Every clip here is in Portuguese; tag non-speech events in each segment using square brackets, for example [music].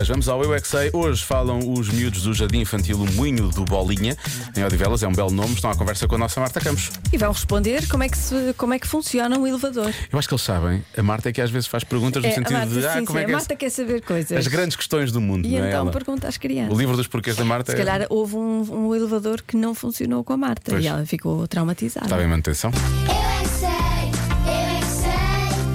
Mas Vamos ao Eu é que Sei. Hoje falam os miúdos do Jardim Infantil O Moinho do Bolinha, em Odivelas, é um belo nome. Estão à conversa com a nossa Marta Campos. E vão responder como é que, se- como é que funciona um elevador. Eu acho que eles sabem. A Marta é que às vezes faz perguntas no É, sentido a Marta, de ah, sim, como sim, é que a é. Marta quer saber coisas. As grandes questões do mundo, E não é? então ela? pergunta às O crianças. livro dos porquês da Marta Se é- calhar houve um, um elevador que não funcionou com a Marta Pois. Tá e ela ficou traumatizada. estava em manutenção. Eu é que sei, eu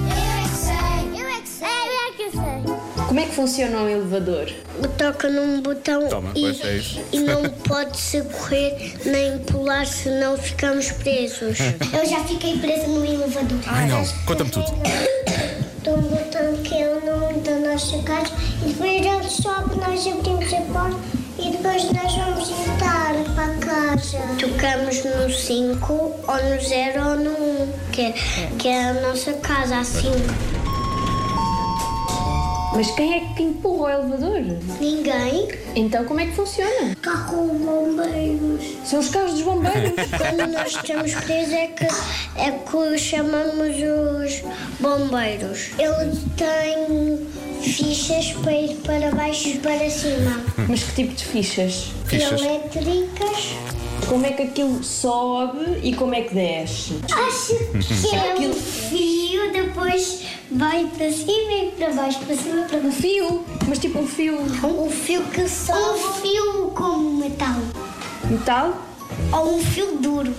é que sei, eu é que sei, eu é que sei, eu é que sei. Como é que funciona um elevador? Toca num botão Toma, e, pois é isso. e não pode-se correr nem pular, senão ficamos presos. Eu já fiquei presa no elevador. Ai, não. Conta-me tudo. De um botão que é o nome da nossa casa e depois ele sobe, nós abrimos a porta e depois nós vamos entrar para casa. Tocamos no 5 ou no 0 ou no 1, um, que, é- que é a nossa casa, assim. Mas quem é que empurra o elevador? Ninguém. um Então como é que funciona? Carro bombeiros. São os carros dos bombeiros. Quando nós estamos presos é que, é que chamamos os bombeiros. Ele tem fichas para ir para baixo e para cima. [laughs] Mas que tipo de fichas? Fichas. Elétricas. Como é que aquilo sobe e como é que desce? Acho que é um fio, depois vai para cima e para baixo, para cima e para Um baixo. fio, mas tipo um fio Um fio que sobe. Um fio como metal. metal? Ou um fio duro,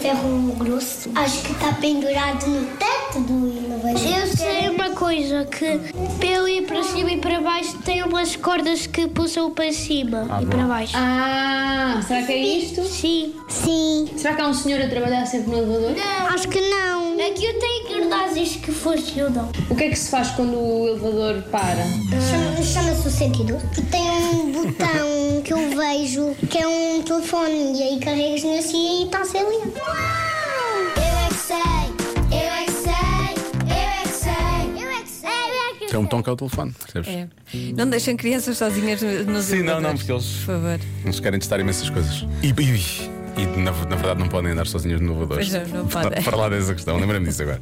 ferro grosso. Acho que está pendurado no teto do elevador. Eu sei uma coisa, que pelo ir para cima e para baixo tem umas cordas que pulsam para cima e para baixo. Ah, será que é isto? Sim. Sim. Será que há um senhor a trabalhar sempre no elevador? Acho que não. Aqui eu tenho cartazes que funcionam. O que é que se faz quando o elevador para? Chama- Chama-se o sentido. E tem um botão que eu vejo que é um telefone e aí carregas nesse e está sem linha. Eu é que sei, eu é que sei, eu é que sei, eu é que sei, eu é que Que é um tom que é o telefone, percebes? É. Não deixem crianças sozinhas no- nos Sim, não, elevadores, não, porque eles- Por favor. Não se querem testar imensas coisas. E, e- e na, na verdade não podem andar sozinhos no elevador. Pois não, não Para- podem. Para lá dessa questão, lembra-me disso agora.